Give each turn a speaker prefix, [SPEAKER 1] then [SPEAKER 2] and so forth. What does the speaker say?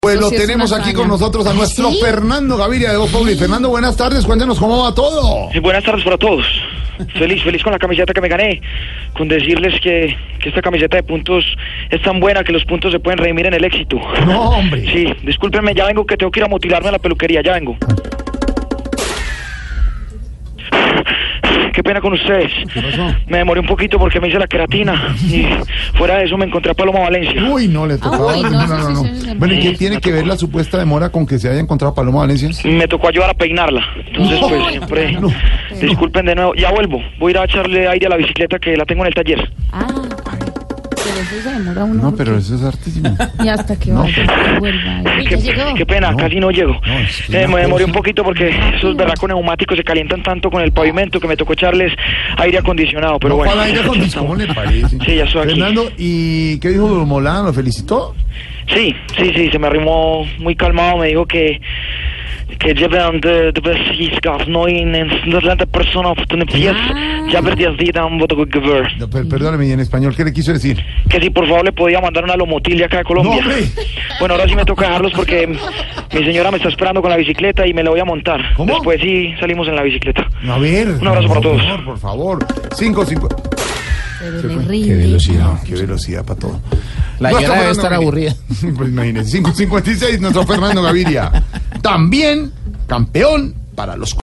[SPEAKER 1] Pues
[SPEAKER 2] Eso
[SPEAKER 1] lo
[SPEAKER 2] sí es
[SPEAKER 1] tenemos
[SPEAKER 2] una
[SPEAKER 1] aquí
[SPEAKER 2] hazaña.
[SPEAKER 1] con nosotros a nuestro
[SPEAKER 2] ¿Sí?
[SPEAKER 1] Fernando Gaviria de Voz Populi. Fernando, buenas tardes, cuéntenos cómo va todo.
[SPEAKER 3] Sí, buenas tardes para todos. Feliz, feliz con la camiseta que me gané. Con decirles que, que esta camiseta de puntos es tan buena que los puntos se pueden redimir en el éxito.
[SPEAKER 1] No, hombre.
[SPEAKER 3] Sí, discúlpenme, ya vengo que tengo que ir a mutilarme a la peluquería, ya vengo. Qué pena con ustedes. Me demoré un poquito porque me hice la queratina. Y fuera de eso me encontré a Paloma Valencia.
[SPEAKER 1] Uy, no, le tocaba.
[SPEAKER 2] Ah, uy, no,
[SPEAKER 1] no,
[SPEAKER 2] sí,
[SPEAKER 1] no,
[SPEAKER 2] sí,
[SPEAKER 1] no.
[SPEAKER 2] sí, sí, sí.
[SPEAKER 1] Bueno, ¿y qué tiene que ver la supuesta demora con que se haya encontrado Paloma Valencia?
[SPEAKER 3] Me tocó ayudar a peinarla. Entonces,
[SPEAKER 1] No,
[SPEAKER 3] pues siempre.
[SPEAKER 1] no, no.
[SPEAKER 3] Disculpen de nuevo. Ya vuelvo. Voy a ir a echarle aire a la bicicleta que la tengo en el taller.
[SPEAKER 2] Ah, pero eso se demora uno.
[SPEAKER 1] No, pero
[SPEAKER 2] porque-
[SPEAKER 1] eso es artísimo.
[SPEAKER 2] Y hasta que
[SPEAKER 1] No.
[SPEAKER 2] vaya, vuelva.
[SPEAKER 3] Qué, qué pena,
[SPEAKER 1] No.
[SPEAKER 3] casi no llego.
[SPEAKER 1] No, es que
[SPEAKER 3] Eh,
[SPEAKER 1] es una
[SPEAKER 3] me demoré
[SPEAKER 1] cosa.
[SPEAKER 3] un poquito porque esos berracos neumáticos se calientan tanto con el pavimento que me tocó echarles aire acondicionado, pero
[SPEAKER 1] no
[SPEAKER 3] bueno.
[SPEAKER 1] para aire acondicionado, ¿cómo le parece?
[SPEAKER 3] Sí, ya estoy aquí.
[SPEAKER 1] Fernando, ¿y qué dijo Durmolán? ¿Lo felicitó?
[SPEAKER 3] Sí, sí, sí, se me arrimó muy calmado, me dijo que que llevan de, de best he's got, no in Nederland persona of the pies,
[SPEAKER 2] Ah.
[SPEAKER 3] ya perdí así, dan voto que ver.
[SPEAKER 1] No, per- perdóname, ¿y en español qué le quiso decir?
[SPEAKER 3] Que si por favor le podía mandar una lomotilia acá de Colombia.
[SPEAKER 1] No, hombre.
[SPEAKER 3] Bueno, ahora sí me toca dejarlos porque mi señora me está esperando con la bicicleta y me la voy a montar.
[SPEAKER 1] ¿Cómo?
[SPEAKER 3] Después sí salimos en la bicicleta.
[SPEAKER 1] A ver.
[SPEAKER 3] Un abrazo para todos.
[SPEAKER 1] Por favor, por favor. Cinco, cinco.
[SPEAKER 2] Pero le
[SPEAKER 1] Qué
[SPEAKER 2] rinde.
[SPEAKER 1] velocidad, qué velocidad para todo.
[SPEAKER 4] La
[SPEAKER 1] Nuestro
[SPEAKER 4] señora debe
[SPEAKER 1] Fernando
[SPEAKER 4] estar
[SPEAKER 1] Gaviria.
[SPEAKER 4] aburrida.
[SPEAKER 1] Pues imagínense, 556, nuestro Fernando Gaviria. También campeón para los